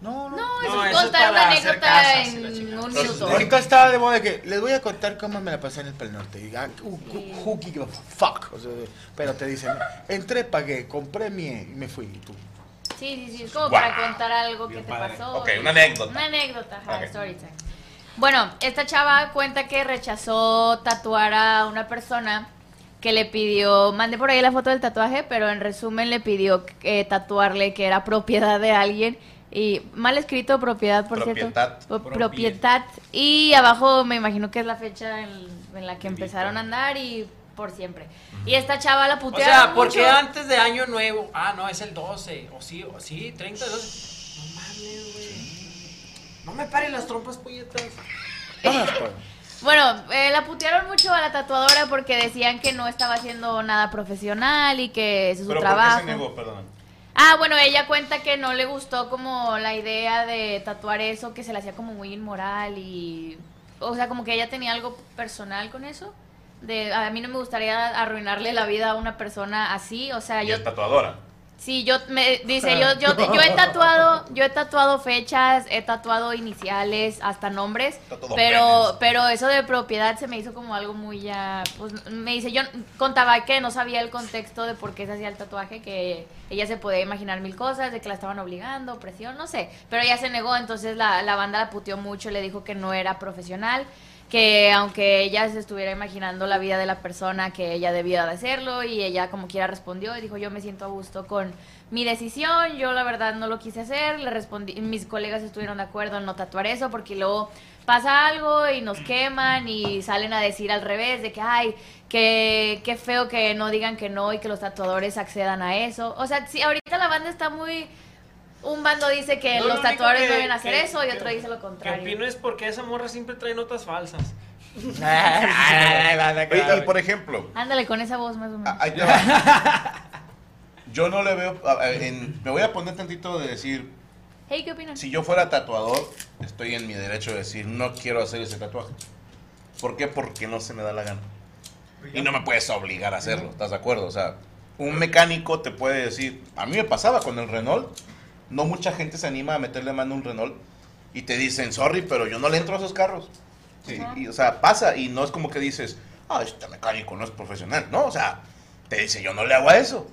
Speaker 5: No, no.
Speaker 10: No, eso
Speaker 4: No,
Speaker 10: es
Speaker 4: eso es
Speaker 10: contar una
Speaker 4: para hacer
Speaker 10: anécdota
Speaker 4: casas y la
Speaker 10: en
Speaker 4: chingada.
Speaker 10: un
Speaker 7: Entonces,
Speaker 10: minuto.
Speaker 7: ¿de
Speaker 5: Ahorita estaba de moda de que les voy a contar cómo me la pasé en el Pal Norte. Y, ah, who- who- who give a fuck. O sea, de- pero te dicen, entré, pagué, compré mi y me fui. Y tú,
Speaker 10: Sí, sí, sí, es como
Speaker 7: Guau.
Speaker 10: para contar algo que te pasó.
Speaker 7: Ok, una anécdota.
Speaker 10: Una anécdota, ajá,
Speaker 7: Ok.
Speaker 10: story time. Bueno, esta chava cuenta que rechazó tatuar a una persona que le pidió, mandé por ahí la foto del tatuaje, pero en resumen le pidió eh, tatuarle que era propiedad de alguien. Y mal escrito propiedad, por
Speaker 7: Propietad.
Speaker 10: cierto. pues, Pro- Propiedad. Y abajo me imagino que es la fecha en, en la que empezaron a andar y por siempre. Y esta chava la
Speaker 4: O
Speaker 10: putearon
Speaker 4: sea, ¿por qué
Speaker 10: mucho.
Speaker 4: antes de año nuevo? Ah, no, es el 12. O sí, o sí, 30 de 12. No mames, güey. No me paren las trompas, puñetas.
Speaker 5: "Vámonos, pues".
Speaker 10: Bueno, eh, la putearon mucho a la tatuadora porque decían que no estaba haciendo nada profesional y que ese es su
Speaker 7: Pero ¿por
Speaker 10: trabajo.
Speaker 7: qué se negó? Perdón.
Speaker 10: Ah, bueno, ella cuenta que no le gustó como la idea de tatuar eso, que se le hacía como muy inmoral y... O sea, como que ella tenía algo personal con eso. De, a mí no me gustaría arruinarle la vida a una persona así, o sea,
Speaker 7: Y
Speaker 10: yo
Speaker 7: es tatuadora.
Speaker 10: Sí, yo me dice, yo, yo, yo he tatuado, yo he tatuado fechas, he tatuado iniciales, hasta nombres,
Speaker 7: Tatuado penes.
Speaker 10: pero, pero eso de propiedad se me hizo como algo muy ya, pues me dice, yo contaba que no sabía el contexto de por qué se hacía el tatuaje, que ella se podía imaginar mil cosas, de que la estaban obligando, presión, no sé, pero ella se negó, entonces la, la banda la puteó mucho, le dijo que no era profesional, que aunque ella se estuviera imaginando la vida de la persona que ella debía de hacerlo y ella como quiera respondió y dijo yo me siento a gusto con mi decisión, yo la verdad no lo quise hacer, le respondí, mis colegas estuvieron de acuerdo en no tatuar eso porque luego pasa algo y nos queman y salen a decir al revés de que ay, que qué feo que no digan que no y que los tatuadores accedan a eso. O sea, sí, ahorita la banda está muy un bando dice que
Speaker 4: Yo lo
Speaker 10: los
Speaker 4: único
Speaker 10: tatuadores
Speaker 4: que-
Speaker 10: no deben hacer
Speaker 4: que-
Speaker 10: eso y otro
Speaker 4: que-
Speaker 10: dice lo
Speaker 4: Que
Speaker 10: contrario.
Speaker 4: opino es porque esa morra siempre trae notas falsas.
Speaker 7: Oye, y por ejemplo,
Speaker 10: Ándale con esa voz más o
Speaker 4: Ah,
Speaker 10: menos.
Speaker 7: a- ahí te va. yo no le veo. a- a- en- me voy a poner tantito de decir
Speaker 10: Hey, ¿qué opinan?
Speaker 7: Si yo fuera tatuador, estoy en mi derecho de decir, no quiero hacer ese tatuaje. ¿Por qué? Porque no se me da la gana.
Speaker 4: Pues
Speaker 7: Y no me puedes obligar a hacerlo, ¿estás de acuerdo? O sea, un mecánico te puede decir, a mí me pasaba con el Renault, no mucha gente se anima a meterle mano a un Renault y te dicen, sorry, pero yo no le entro a esos carros. Sí, y, o sea, pasa y no es como que dices, ah, este mecánico no es profesional. No, o sea, te dice, yo no le hago a eso.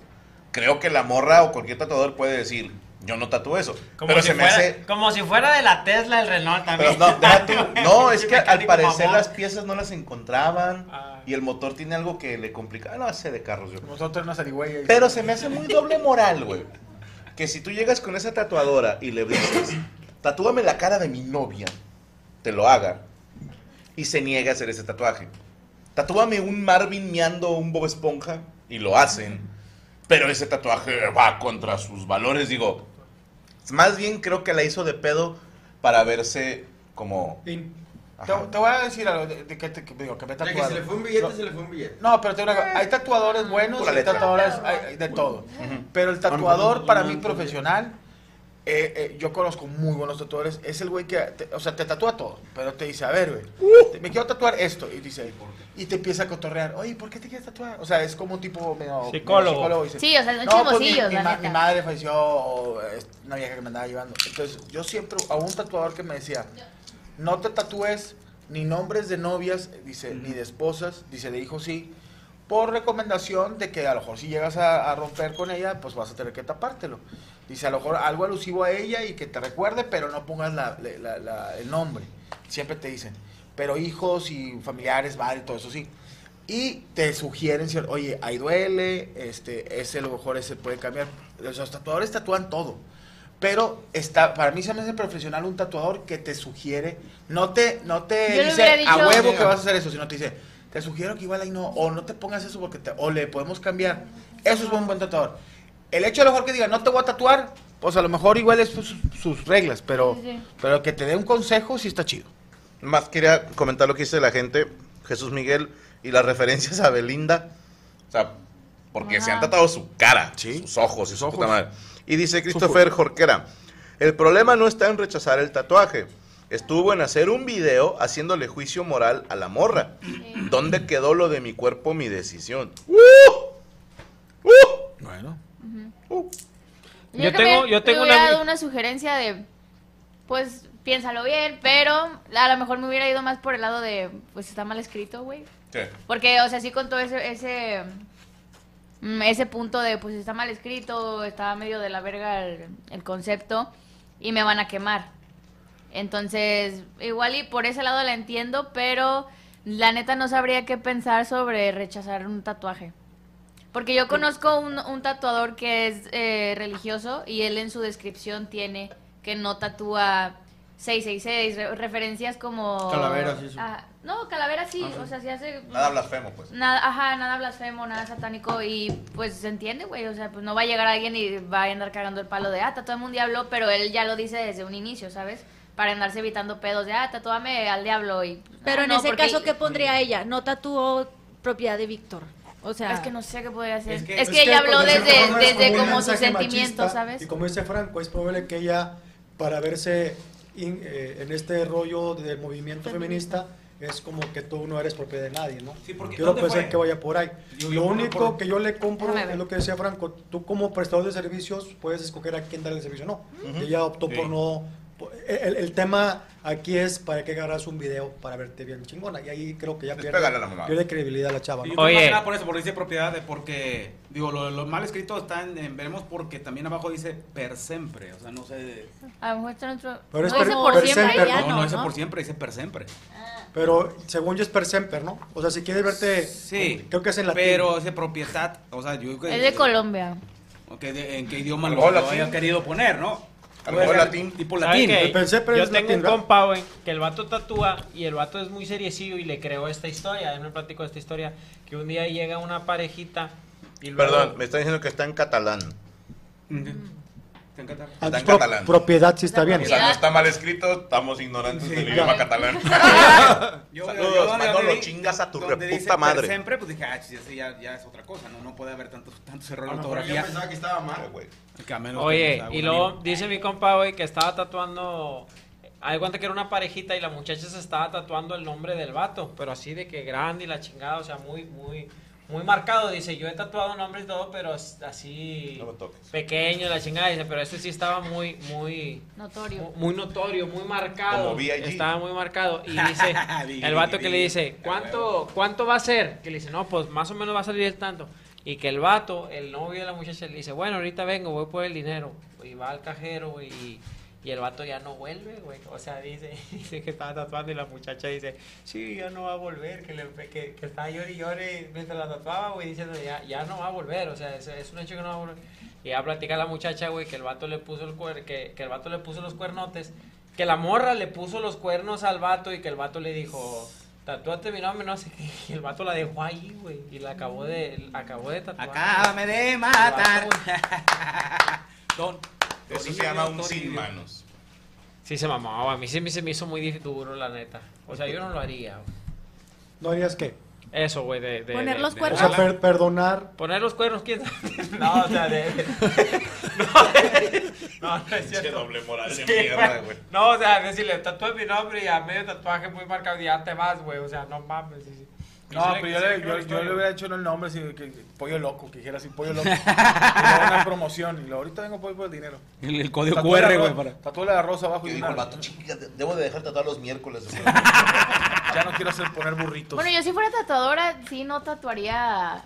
Speaker 7: Creo que la morra o cualquier tatuador puede decir, yo no tatúo eso.
Speaker 4: Como,
Speaker 7: pero
Speaker 4: si
Speaker 7: se me
Speaker 4: fuera,
Speaker 7: hace.
Speaker 4: como si fuera de la Tesla el Renault
Speaker 7: pero
Speaker 4: también.
Speaker 7: no, deja tú. No, es que al
Speaker 4: Mecánico
Speaker 7: parecer
Speaker 4: mamón.
Speaker 7: las piezas no las encontraban
Speaker 4: Ah.
Speaker 7: y el motor tiene algo que le complica. Ah, no, sé de carros yo.
Speaker 5: Nosotros nos aligüey.
Speaker 7: Pero se me hace muy doble moral, güey. Que si tú llegas con esa tatuadora y le dices, tatúame la cara de mi novia, te lo haga. Y se niega a hacer ese tatuaje. Tatúame un Marvin meando un Bob Esponja y lo hacen. Pero ese tatuaje va contra sus valores, digo. Más bien creo que la hizo de pedo para verse como...
Speaker 5: Te,
Speaker 7: Ajá.
Speaker 5: te voy a decir algo de, de que te que, digo, que me he
Speaker 3: Ya que
Speaker 5: tatuado.
Speaker 3: se le fue un billete,
Speaker 5: Lo-
Speaker 3: se le fue un billete.
Speaker 5: No, pero te digo una cosa, hay tatuadores buenos
Speaker 7: Pura
Speaker 5: y
Speaker 7: letra.
Speaker 5: tatuadores hay- hay de todo.
Speaker 7: Ujú.
Speaker 5: Pero el
Speaker 3: Ah,
Speaker 5: tatuador para
Speaker 3: no,
Speaker 5: mí
Speaker 3: no,
Speaker 5: profesional, eh, eh, yo conozco muy buenos tatuadores, es el güey que, te- o sea, te tatúa todo, pero te dice, a ver, güey, te- me quiero tatuar esto, y dice, y te empieza a cotorrear, oye, ¿por qué te quieres tatuar? O sea, es como un tipo medio medio
Speaker 4: Psicólogo.
Speaker 5: y dice,
Speaker 10: Sí, o sea, son
Speaker 5: pues, mi,
Speaker 10: chismosillos,
Speaker 5: mi
Speaker 10: la
Speaker 5: ma-
Speaker 10: neta.
Speaker 5: mi madre falleció, o, eh, una vieja que me andaba llevando. Entonces, yo siempre, a un tatuador que me decía, no te tatúes ni nombres de novias, dice, ni de esposas, dice, de hijos sí, por recomendación de que a lo mejor si llegas a, a romper con ella, pues vas a tener que tapártelo. Dice, a lo mejor algo alusivo a ella y que te recuerde, pero no pongas la- la- la- la- el nombre. Siempre te dicen, pero hijos y familiares, madre, todo eso sí. Y te sugieren, cier- oye, ahí duele, este, ese a lo mejor ese puede cambiar. Los tatuadores tatúan todo. Pero está, para mí se me hace profesional un tatuador que te sugiere, no te, no te
Speaker 10: Yo le
Speaker 5: dice
Speaker 10: hubiera
Speaker 5: a
Speaker 10: dicho-
Speaker 5: huevo que vas a hacer eso, sino te dice, te sugiero que igual ahí no, o no te pongas eso porque te, o le podemos cambiar. Eso es un buen tatuador. El hecho a lo mejor que diga, no te voy a tatuar, pues a lo mejor igual es sus, sus reglas, pero,
Speaker 10: Sí, sí.
Speaker 5: pero que te dé un consejo sí está chido.
Speaker 7: Más quería comentar lo que dice la gente, Jesús Miguel, y las referencias a Belinda. O sea, porque se han
Speaker 10: Ajá.
Speaker 7: tratado su cara,
Speaker 5: Sí.
Speaker 7: sus ojos y su
Speaker 5: Sus
Speaker 7: puta
Speaker 5: ojos.
Speaker 7: madre. Y dice Christopher Jorquera, el problema no está en rechazar el tatuaje. Estuvo en hacer un video haciéndole juicio moral a la morra. ¿Dónde quedó lo de mi cuerpo, mi decisión?
Speaker 5: Bueno.
Speaker 10: Yo,
Speaker 4: Yo
Speaker 10: creo
Speaker 4: tengo-
Speaker 10: que
Speaker 4: yo tengo
Speaker 10: me hubiera
Speaker 4: una-
Speaker 10: dado una sugerencia de, pues, piénsalo bien, pero a lo mejor me hubiera ido más por el lado de, pues, está mal escrito, güey. Porque, o sea, sí con todo ese, ese, mm, ese punto de, pues, está mal escrito, está medio de la verga el, el concepto y me van a quemar. Entonces, igual y por ese lado la entiendo, pero la neta no sabría qué pensar sobre rechazar un tatuaje. Porque yo conozco un, un tatuador que es eh, religioso y él en su descripción tiene que no tatúa 666, re- referencias como...
Speaker 3: Calaveras y eso.
Speaker 10: Ah, no, calaveras sí, o sea, sí hace...
Speaker 7: Nada blasfemo, pues.
Speaker 10: Nada, ajá, nada blasfemo, nada satánico y pues se entiende, güey, o sea, pues no va a llegar alguien y va a andar cagando el palo de, ah, tatuame un diablo, pero él ya lo dice desde un inicio, ¿sabes? Para andarse evitando pedos de, ah, tatuame al diablo y...
Speaker 9: Pero
Speaker 10: "Ah,
Speaker 9: en
Speaker 10: no,
Speaker 9: ese
Speaker 10: porque-
Speaker 9: caso, ¿qué pondría ella? No tatuó propiedad de Víctor. O sea,
Speaker 10: Es que no sé qué podría hacer.
Speaker 8: Es
Speaker 10: Es
Speaker 8: que-
Speaker 10: que,
Speaker 8: es
Speaker 10: ella
Speaker 6: pues porque
Speaker 10: habló
Speaker 6: de cierta
Speaker 10: desde,
Speaker 6: forma es
Speaker 10: desde
Speaker 6: un
Speaker 10: como sus
Speaker 6: mensaje
Speaker 10: sentimientos,
Speaker 6: machista,
Speaker 10: ¿sabes?
Speaker 6: Y como dice Franco, es probable que ella, para verse in- eh, en este rollo del movimiento feminista, es como que tú no eres propiedad de nadie, ¿no?
Speaker 8: Sí, porque
Speaker 6: Quiero
Speaker 8: ¿dónde
Speaker 6: pensar
Speaker 8: fue?
Speaker 6: que vaya por ahí.
Speaker 8: Yo- yo
Speaker 6: lo
Speaker 8: creo
Speaker 6: único
Speaker 8: por-
Speaker 6: que yo le compro
Speaker 10: Déjame ver.
Speaker 6: es lo que decía Franco. Tú como prestador de servicios puedes escoger a quién darle el servicio o no. Ella optó
Speaker 8: Sí.
Speaker 6: por no... por- e, El, el tema aquí es para que agarras un video para verte bien chingona. Y ahí creo que ya pierde,
Speaker 7: Despégale a la mamá.
Speaker 6: pierde credibilidad la chava. ¿no?
Speaker 8: Y yo
Speaker 4: Oye.
Speaker 8: creo más que nada por eso, porque dice propiedad, de- porque, Eh, digo, lo, lo mal escrito está en, en veremos porque también abajo dice per siempre, o sea, no sé.
Speaker 10: A lo mejor está en otro...
Speaker 6: Pero es
Speaker 10: no dice
Speaker 6: per-
Speaker 10: por
Speaker 6: per
Speaker 10: siempre.
Speaker 6: semper,
Speaker 9: ya
Speaker 8: no, no,
Speaker 9: no,
Speaker 8: dice
Speaker 9: ¿no?
Speaker 8: por siempre, dice per siempre.
Speaker 6: Pero según yo es per semper, ¿no? O sea, si quieres verte.
Speaker 8: Sí.
Speaker 6: Creo que es en latín.
Speaker 8: Pero ese propiedad, o sea, yo
Speaker 10: Es de Colombia.
Speaker 8: ok, de- ¿En qué idioma lo,
Speaker 7: Algo
Speaker 8: lo
Speaker 7: latín.
Speaker 8: haya querido poner, no?
Speaker 7: Algo
Speaker 8: Puede ser
Speaker 7: latín.
Speaker 8: Tipo
Speaker 4: ¿Sabe
Speaker 8: latín.
Speaker 4: qué?
Speaker 6: Yo pensé, pero
Speaker 4: yo
Speaker 6: es
Speaker 4: tengo
Speaker 6: latín,
Speaker 4: un
Speaker 6: ¿verdad?
Speaker 4: compa, güey, que el vato tatúa y el vato es muy seriecillo y le creó esta historia. Él me platicó esta historia que un día llega una parejita y luego-
Speaker 7: Perdón, me están diciendo que está en catalán.
Speaker 8: ¿Te encanta?
Speaker 6: Ah,
Speaker 7: Está en
Speaker 6: pro-
Speaker 7: catalán.
Speaker 6: propiedad sí está bien.
Speaker 7: O sea, no está mal escrito, estamos ignorantes del idioma catalán.
Speaker 8: Yo,
Speaker 7: Saludos,
Speaker 8: donde
Speaker 7: Manolo,
Speaker 8: di-
Speaker 7: chingas a tu
Speaker 8: donde
Speaker 7: reputa
Speaker 8: dice per
Speaker 7: madre.
Speaker 8: Siempre, pues dije, ah, sí, sí, ya, ya es otra cosa, ¿no? No puede haber tantos, tantos
Speaker 3: A
Speaker 8: errores
Speaker 3: lo
Speaker 8: de
Speaker 3: mejor yo
Speaker 8: ortografía.
Speaker 3: pensaba que estaba mal.
Speaker 7: Ah, güey.
Speaker 8: que a menos que
Speaker 4: Oye,
Speaker 8: nos haga
Speaker 4: y
Speaker 8: un
Speaker 4: luego
Speaker 8: amigo.
Speaker 4: dice mi compa, güey, que estaba tatuando. Hay cuenta que era una parejita y la muchacha se estaba tatuando el nombre del vato, pero así de que grande y la chingada, o sea, muy, muy, muy marcado. Dice, yo he tatuado nombres y todo, pero es así
Speaker 7: No me toques.
Speaker 4: pequeño, la chingada. Dice, pero este sí estaba muy, muy,
Speaker 10: Notorio.
Speaker 4: muy notorio, muy marcado.
Speaker 7: Como B.I.G..
Speaker 4: Estaba muy marcado. Y dice, el vato que le dice, ¿cuánto, ¿cuánto va a ser? Que le dice, no, pues más o menos va a salir el tanto. Y que el vato, el novio de la muchacha, le dice, bueno, ahorita vengo, voy por el dinero. Y va al cajero, güey, y, y el vato ya no vuelve, güey. O sea, dice, dice que estaba tatuando y la muchacha dice, sí, ya no va a volver. Que, le, que, que estaba llore y llore mientras la tatuaba, güey, diciendo, ya, ya no va a volver. O sea, es, es un hecho que no va a volver. Y ya platica la muchacha, güey, que el vato le puso el cuer- que, que el vato le puso los cuernotes, que la morra le puso los cuernos al vato y que el vato le dijo, tatúate mi nombre, no sé qué, y el vato la dejó ahí, güey, y la acabó de, la acabó de tatuar.
Speaker 8: Acábame de matar. Don.
Speaker 7: Eso se
Speaker 8: Toribio,
Speaker 7: llama un
Speaker 8: Toribio.
Speaker 7: sin manos.
Speaker 4: Sí se mamaba, a mí sí me- se me hizo muy dif- duro, la neta. O sea, yo no lo haría. güey.
Speaker 6: ¿No harías qué?
Speaker 4: Eso, güey, de, de-
Speaker 9: Poner
Speaker 4: de-
Speaker 9: los
Speaker 4: de-
Speaker 6: O
Speaker 9: cuernos.
Speaker 6: sea, per- perdonar.
Speaker 4: Poner los cuernos, ¿quién sabe? No, o sea, de... No, no, no es
Speaker 7: Pinche
Speaker 4: cierto.
Speaker 7: doble moral de
Speaker 4: Sí,
Speaker 7: mierda,
Speaker 4: güey.
Speaker 7: güey.
Speaker 4: No, o sea, decirle, tatúa mi nombre y a medio tatuaje muy marcado, ya te vas, güey. O sea, no mames. sí, sí.
Speaker 5: No,
Speaker 4: Sí,
Speaker 5: pero
Speaker 4: sí,
Speaker 5: yo
Speaker 4: sí,
Speaker 5: le,
Speaker 4: creo
Speaker 5: yo,
Speaker 4: que
Speaker 5: yo
Speaker 4: estoy-
Speaker 5: le hubiera hecho el nombre así, que, que- pollo loco, que dijera así, pollo loco. Y luego una promoción. Y luego ahorita vengo por, por el dinero.
Speaker 8: El, el código
Speaker 5: Tatúale
Speaker 8: QR,
Speaker 5: la
Speaker 8: güey,
Speaker 5: ro-
Speaker 8: para.
Speaker 5: tatúale la rosa abajo
Speaker 7: Yo
Speaker 5: y
Speaker 7: digo, el
Speaker 5: una-
Speaker 7: vato, chica, de- debo de dejar tratar los miércoles. güey.
Speaker 5: Ya no quiero hacer poner burritos.
Speaker 10: Bueno, yo si fuera tatuadora, sí no tatuaría.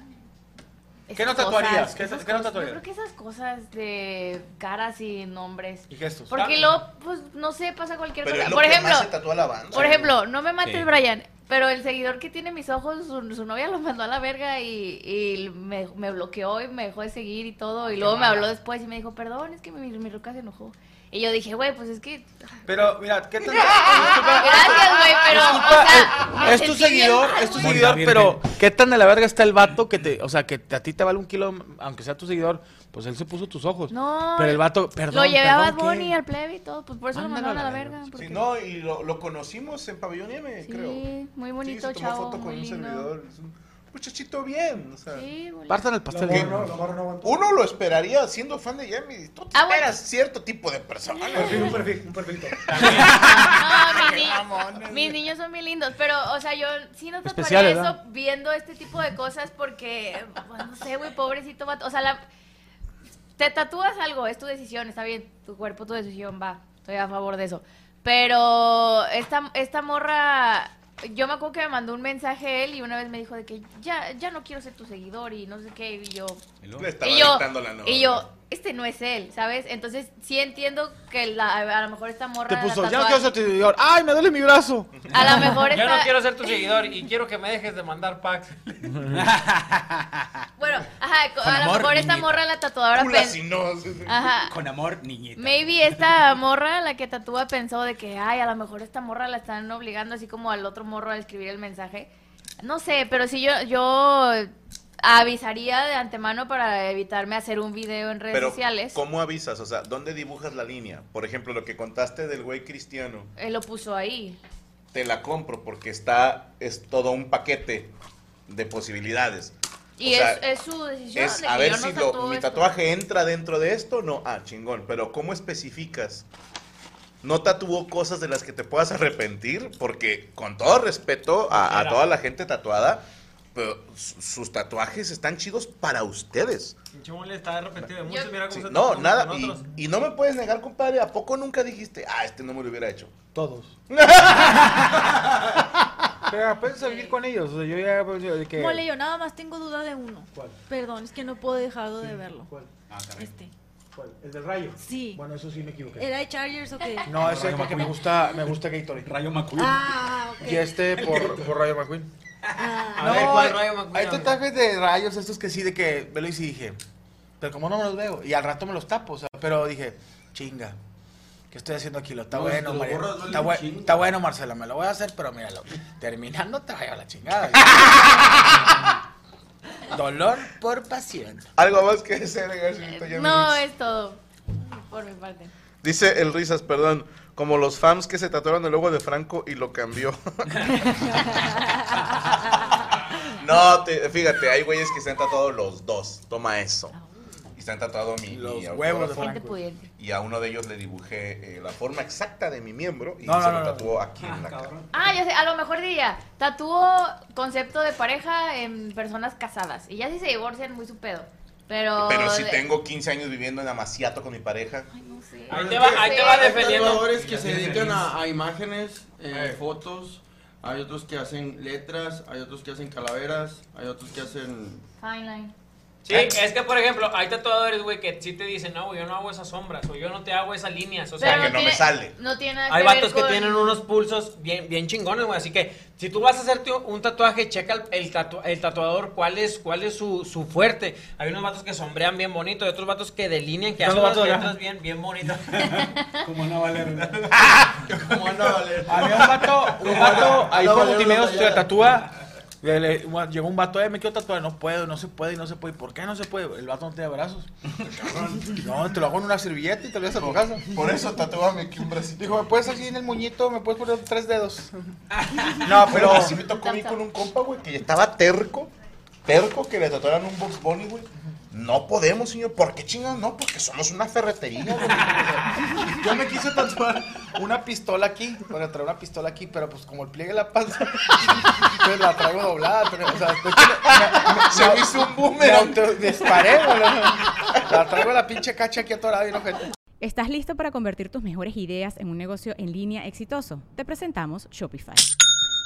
Speaker 5: ¿Qué no
Speaker 10: esas
Speaker 5: tatuarías?
Speaker 10: cosas,
Speaker 5: ¿Qué-
Speaker 10: esas
Speaker 5: qué no
Speaker 10: cosas.
Speaker 5: tatuarías?
Speaker 10: Yo creo que esas cosas de caras y nombres.
Speaker 5: Y gestos.
Speaker 10: Porque luego, pues, no sé, pasa cualquier
Speaker 7: Pero
Speaker 10: cosa.
Speaker 7: es lo
Speaker 10: Por
Speaker 7: que
Speaker 10: ejemplo,
Speaker 7: más se tatúa la banda.
Speaker 10: por ejemplo, no me mates,
Speaker 8: Sí.
Speaker 10: Brian, pero el seguidor que tiene mis ojos, su, su novia lo mandó a la verga y, y me, me bloqueó y me dejó de seguir y todo. Y luego me habló después y me dijo, perdón, es que mi, mi ruca se enojó. Y yo dije, güey, pues es que.
Speaker 5: Pero, mira, ¿qué te...
Speaker 10: Gracias, güey, pero.
Speaker 5: ah, Disculpa, eh,
Speaker 10: o sea, me
Speaker 5: es tu
Speaker 10: sentí bien
Speaker 5: seguidor,
Speaker 10: mal,
Speaker 5: es tu
Speaker 10: güey.
Speaker 5: seguidor,
Speaker 8: Monda
Speaker 5: pero ¿qué tan de la verga está el vato que te, o sea, que te- a ti te vale un kilo, aunque sea tu seguidor, pues él se puso tus ojos.
Speaker 10: No.
Speaker 5: Pero el vato, perdón,
Speaker 10: Lo llevé a Bad
Speaker 5: perdón, ¿qué?
Speaker 10: Bunny al plebe y todo, pues por eso
Speaker 8: Mándalo
Speaker 10: lo mandaron
Speaker 8: a
Speaker 10: a
Speaker 8: la
Speaker 10: la
Speaker 8: verga,
Speaker 10: verga. porque-
Speaker 7: Sí, no, y lo, lo conocimos en Pabellón M,
Speaker 10: Sí,
Speaker 7: creo.
Speaker 10: muy
Speaker 7: Sí,
Speaker 10: bonito,
Speaker 7: se tomó
Speaker 10: chavo.
Speaker 7: foto con
Speaker 10: muy
Speaker 7: un
Speaker 10: lindo.
Speaker 7: servidor. Es un muchachito bien. O sea,
Speaker 10: Sí, boludo.
Speaker 5: Partan el
Speaker 6: La
Speaker 5: pastel.
Speaker 6: morra no- la morra no aguantó.
Speaker 7: Uno lo esperaría siendo fan de Yami. Tú te
Speaker 10: Ah, bueno.
Speaker 7: esperas cierto tipo de persona.
Speaker 6: Perfil, un perfil, un perfil.
Speaker 10: No, mis, ni-
Speaker 7: mamones,
Speaker 10: mis niños son bien lindos, pero, o sea, yo sí no tatuaría
Speaker 5: Especiales,
Speaker 10: eso
Speaker 5: ¿verdad?
Speaker 10: viendo este tipo de cosas porque, pues, no sé, güey, pobrecito vato. O sea, la- te tatúas algo, es tu decisión, está bien, tu cuerpo, tu decisión, va, estoy a favor de eso. Pero esta, esta morra, yo me acuerdo que me mandó un mensaje él y una vez me dijo de que ya, ya no quiero ser tu seguidor y no sé qué, y yo,
Speaker 7: Le estaba
Speaker 10: y yo,
Speaker 7: dictando la novela.
Speaker 10: y yo, este no es él, ¿sabes? Entonces sí entiendo que la- a lo mejor esta morra...
Speaker 5: Te
Speaker 10: la
Speaker 5: puso, ya no
Speaker 10: tatua-
Speaker 5: quiero ser tu seguidor. ¡Ay, me duele mi brazo!
Speaker 10: A lo mejor
Speaker 4: Yo
Speaker 10: esta...
Speaker 4: no quiero ser tu seguidor y quiero que me dejes de mandar packs.
Speaker 10: Bueno, ajá, co-
Speaker 8: Con
Speaker 10: a lo
Speaker 8: amor,
Speaker 10: mejor esta
Speaker 8: niñita.
Speaker 10: morra la tatuadora...
Speaker 7: Pula,
Speaker 10: pen- Ah,
Speaker 7: si no. sí, sí.
Speaker 10: Ajá.
Speaker 8: Con amor, niñita.
Speaker 10: Maybe esta morra, la que tatúa, pensó de que, ay, a lo mejor esta morra la están obligando así como al otro morro a escribir el mensaje. No sé, pero sí yo, yo avisaría de antemano para evitarme hacer un video en redes
Speaker 7: Pero,
Speaker 10: sociales.
Speaker 7: ¿cómo avisas? O sea, ¿dónde dibujas la línea? Por ejemplo, lo que contaste del güey cristiano.
Speaker 10: Él lo puso ahí.
Speaker 7: Te la compro porque está. Es todo un paquete de posibilidades.
Speaker 10: Y
Speaker 7: O sea,
Speaker 10: es, es su decisión.
Speaker 7: es
Speaker 10: de
Speaker 7: a
Speaker 10: que
Speaker 7: ver
Speaker 10: yo no
Speaker 7: si lo-
Speaker 10: tatúo
Speaker 7: mi
Speaker 10: esto.
Speaker 7: tatuaje entra dentro de esto no. Ah, chingón. Pero ¿cómo especificas? No tatuó cosas de las que te puedas arrepentir, porque con todo respeto a, a toda la gente tatuada, pero su- sus tatuajes están chidos para ustedes.
Speaker 4: Pinche le está arrepentido de
Speaker 10: mucho,
Speaker 4: mucho,
Speaker 10: Yo-
Speaker 4: mira
Speaker 7: Sí,
Speaker 4: cómo se
Speaker 7: no, nada. Y, y no me puedes negar, compadre, ¿a poco nunca dijiste, ah, este no me lo hubiera hecho?
Speaker 6: Todos.
Speaker 5: Pero puedes vivir con ellos. O sea, yo ya... pues, yo- de que-
Speaker 9: Mole, yo nada más tengo duda de uno.
Speaker 6: ¿Cuál?
Speaker 9: Perdón, es que no puedo dejar de verlo.
Speaker 6: ¿Cuál?
Speaker 9: Este.
Speaker 6: ¿Cuál? ¿El del rayo?
Speaker 9: Sí.
Speaker 6: Bueno, eso sí me equivoqué.
Speaker 9: ¿Era de Chargers o qué?
Speaker 5: No, ese es porque me gusta, me gusta Gatorade.
Speaker 8: Rayo McQueen.
Speaker 9: Ah, ok.
Speaker 5: Y este por, por Rayo McQueen.
Speaker 9: Ah,
Speaker 4: A ver, ¿cuál rayo
Speaker 5: hay,
Speaker 4: McQueen
Speaker 5: hay
Speaker 4: habla?
Speaker 5: tatuajes de rayos estos que sí, de que me lo hice y dije, pero como no me los veo, y al rato me los tapo, o sea, pero dije, chinga, ¿qué estoy haciendo aquí? Lo está
Speaker 3: No, si
Speaker 5: bueno,
Speaker 3: te lo
Speaker 5: María,
Speaker 3: borras, duele
Speaker 5: está,
Speaker 3: un
Speaker 5: bue-
Speaker 3: chingo.
Speaker 5: está bueno, Marcela, me lo voy a hacer, pero míralo, terminando te vaya a la chingada. Dolor por pasión.
Speaker 7: Algo más que ese negacito, ya me
Speaker 10: Eh, No,
Speaker 7: dices.
Speaker 10: es todo. Por mi parte.
Speaker 7: Dice el Risas, perdón, como los fans que se tatuaron el logo de Franco y lo cambió. no, te- fíjate, hay güeyes que se han tatuado los dos. Toma eso. y están tatuado mi, mi
Speaker 5: Los
Speaker 7: autógrafo.
Speaker 5: huevos de
Speaker 10: Gente
Speaker 5: Franco.
Speaker 10: pudiente.
Speaker 7: y a uno de ellos le dibujé eh, la forma exacta de mi miembro y
Speaker 5: No, no,
Speaker 7: se
Speaker 5: no,
Speaker 7: lo
Speaker 5: no.
Speaker 7: tatuó aquí en la cara.
Speaker 10: Ah, ya sé, a lo mejor diría, tatúo concepto de pareja en personas casadas. Y ya si se divorcian, muy su pedo. Pero.
Speaker 7: Pero si tengo 15 años viviendo en Amaciato con mi pareja,
Speaker 10: Ay, no sé.
Speaker 4: Ahí te va, ahí te va
Speaker 10: Sí.
Speaker 3: Hay
Speaker 4: defendiendo.
Speaker 3: tatuadores que se dedican a, a imágenes, eh,
Speaker 8: Eh.
Speaker 3: fotos, hay otros que hacen letras, hay otros que hacen calaveras, hay otros que hacen...
Speaker 10: Fine line.
Speaker 4: Sí, es que por ejemplo, hay tatuadores, güey, que sí te dicen, no, güey, yo no hago esas sombras, o yo no te hago esas líneas, o sea,
Speaker 10: Pero
Speaker 7: que no me
Speaker 10: tiene-
Speaker 7: sale.
Speaker 10: No tiene nada
Speaker 4: Hay
Speaker 10: que ver
Speaker 4: vatos que
Speaker 10: con-
Speaker 4: tienen unos pulsos bien, bien chingones, güey. Así que si tú vas a hacerte un tatuaje, checa el, el tatu- el tatuador cuál es, cuál es su, su fuerte. Hay unos vatos que sombrean bien bonito, hay otros vatos que delinean, que
Speaker 8: Son
Speaker 4: hacen
Speaker 8: los
Speaker 4: unas
Speaker 8: vatos de
Speaker 4: letras bien, bien bonitas.
Speaker 8: Como no valer.
Speaker 3: ¿Cómo anda, Valer?
Speaker 5: Había un vato, un vato ahí
Speaker 3: No,
Speaker 5: por
Speaker 3: yo no
Speaker 5: multimedios
Speaker 3: sabía.
Speaker 5: se tatúa. Le- le- un- llegó un vato, eh, me quiero tatuar, no puedo, no se puede, no se puede. ¿Por qué no se puede? El vato no tiene brazos. No, te lo hago en una servilleta y te lo llevas a tu casa.
Speaker 7: por eso tatúame aquí un bracito.
Speaker 5: Dijo, ¿me puedes así en el muñito? ¿Me puedes poner tres dedos? No,
Speaker 7: Pero
Speaker 5: pero...
Speaker 7: así me tocó a mí con un compa, güey, que estaba terco, terco que le tatuaran un Box Bunny, güey. No podemos, señor. ¿Por qué chingados? No, porque somos una ferretería, güey.
Speaker 5: Yo me quise tatuar una pistola aquí, bueno, traer una pistola aquí, pero pues como el pliegue de la panza, pues la traigo doblada. pero, o sea, de hecho, me- me-
Speaker 7: Se
Speaker 5: me-
Speaker 7: me hizo un
Speaker 5: Me
Speaker 7: boomerang.
Speaker 5: auto disparé, boludo. La traigo la pinche cacha aquí atorada y no gente.
Speaker 2: ¿Estás listo para convertir tus mejores ideas en un negocio en línea exitoso? Te presentamos Shopify.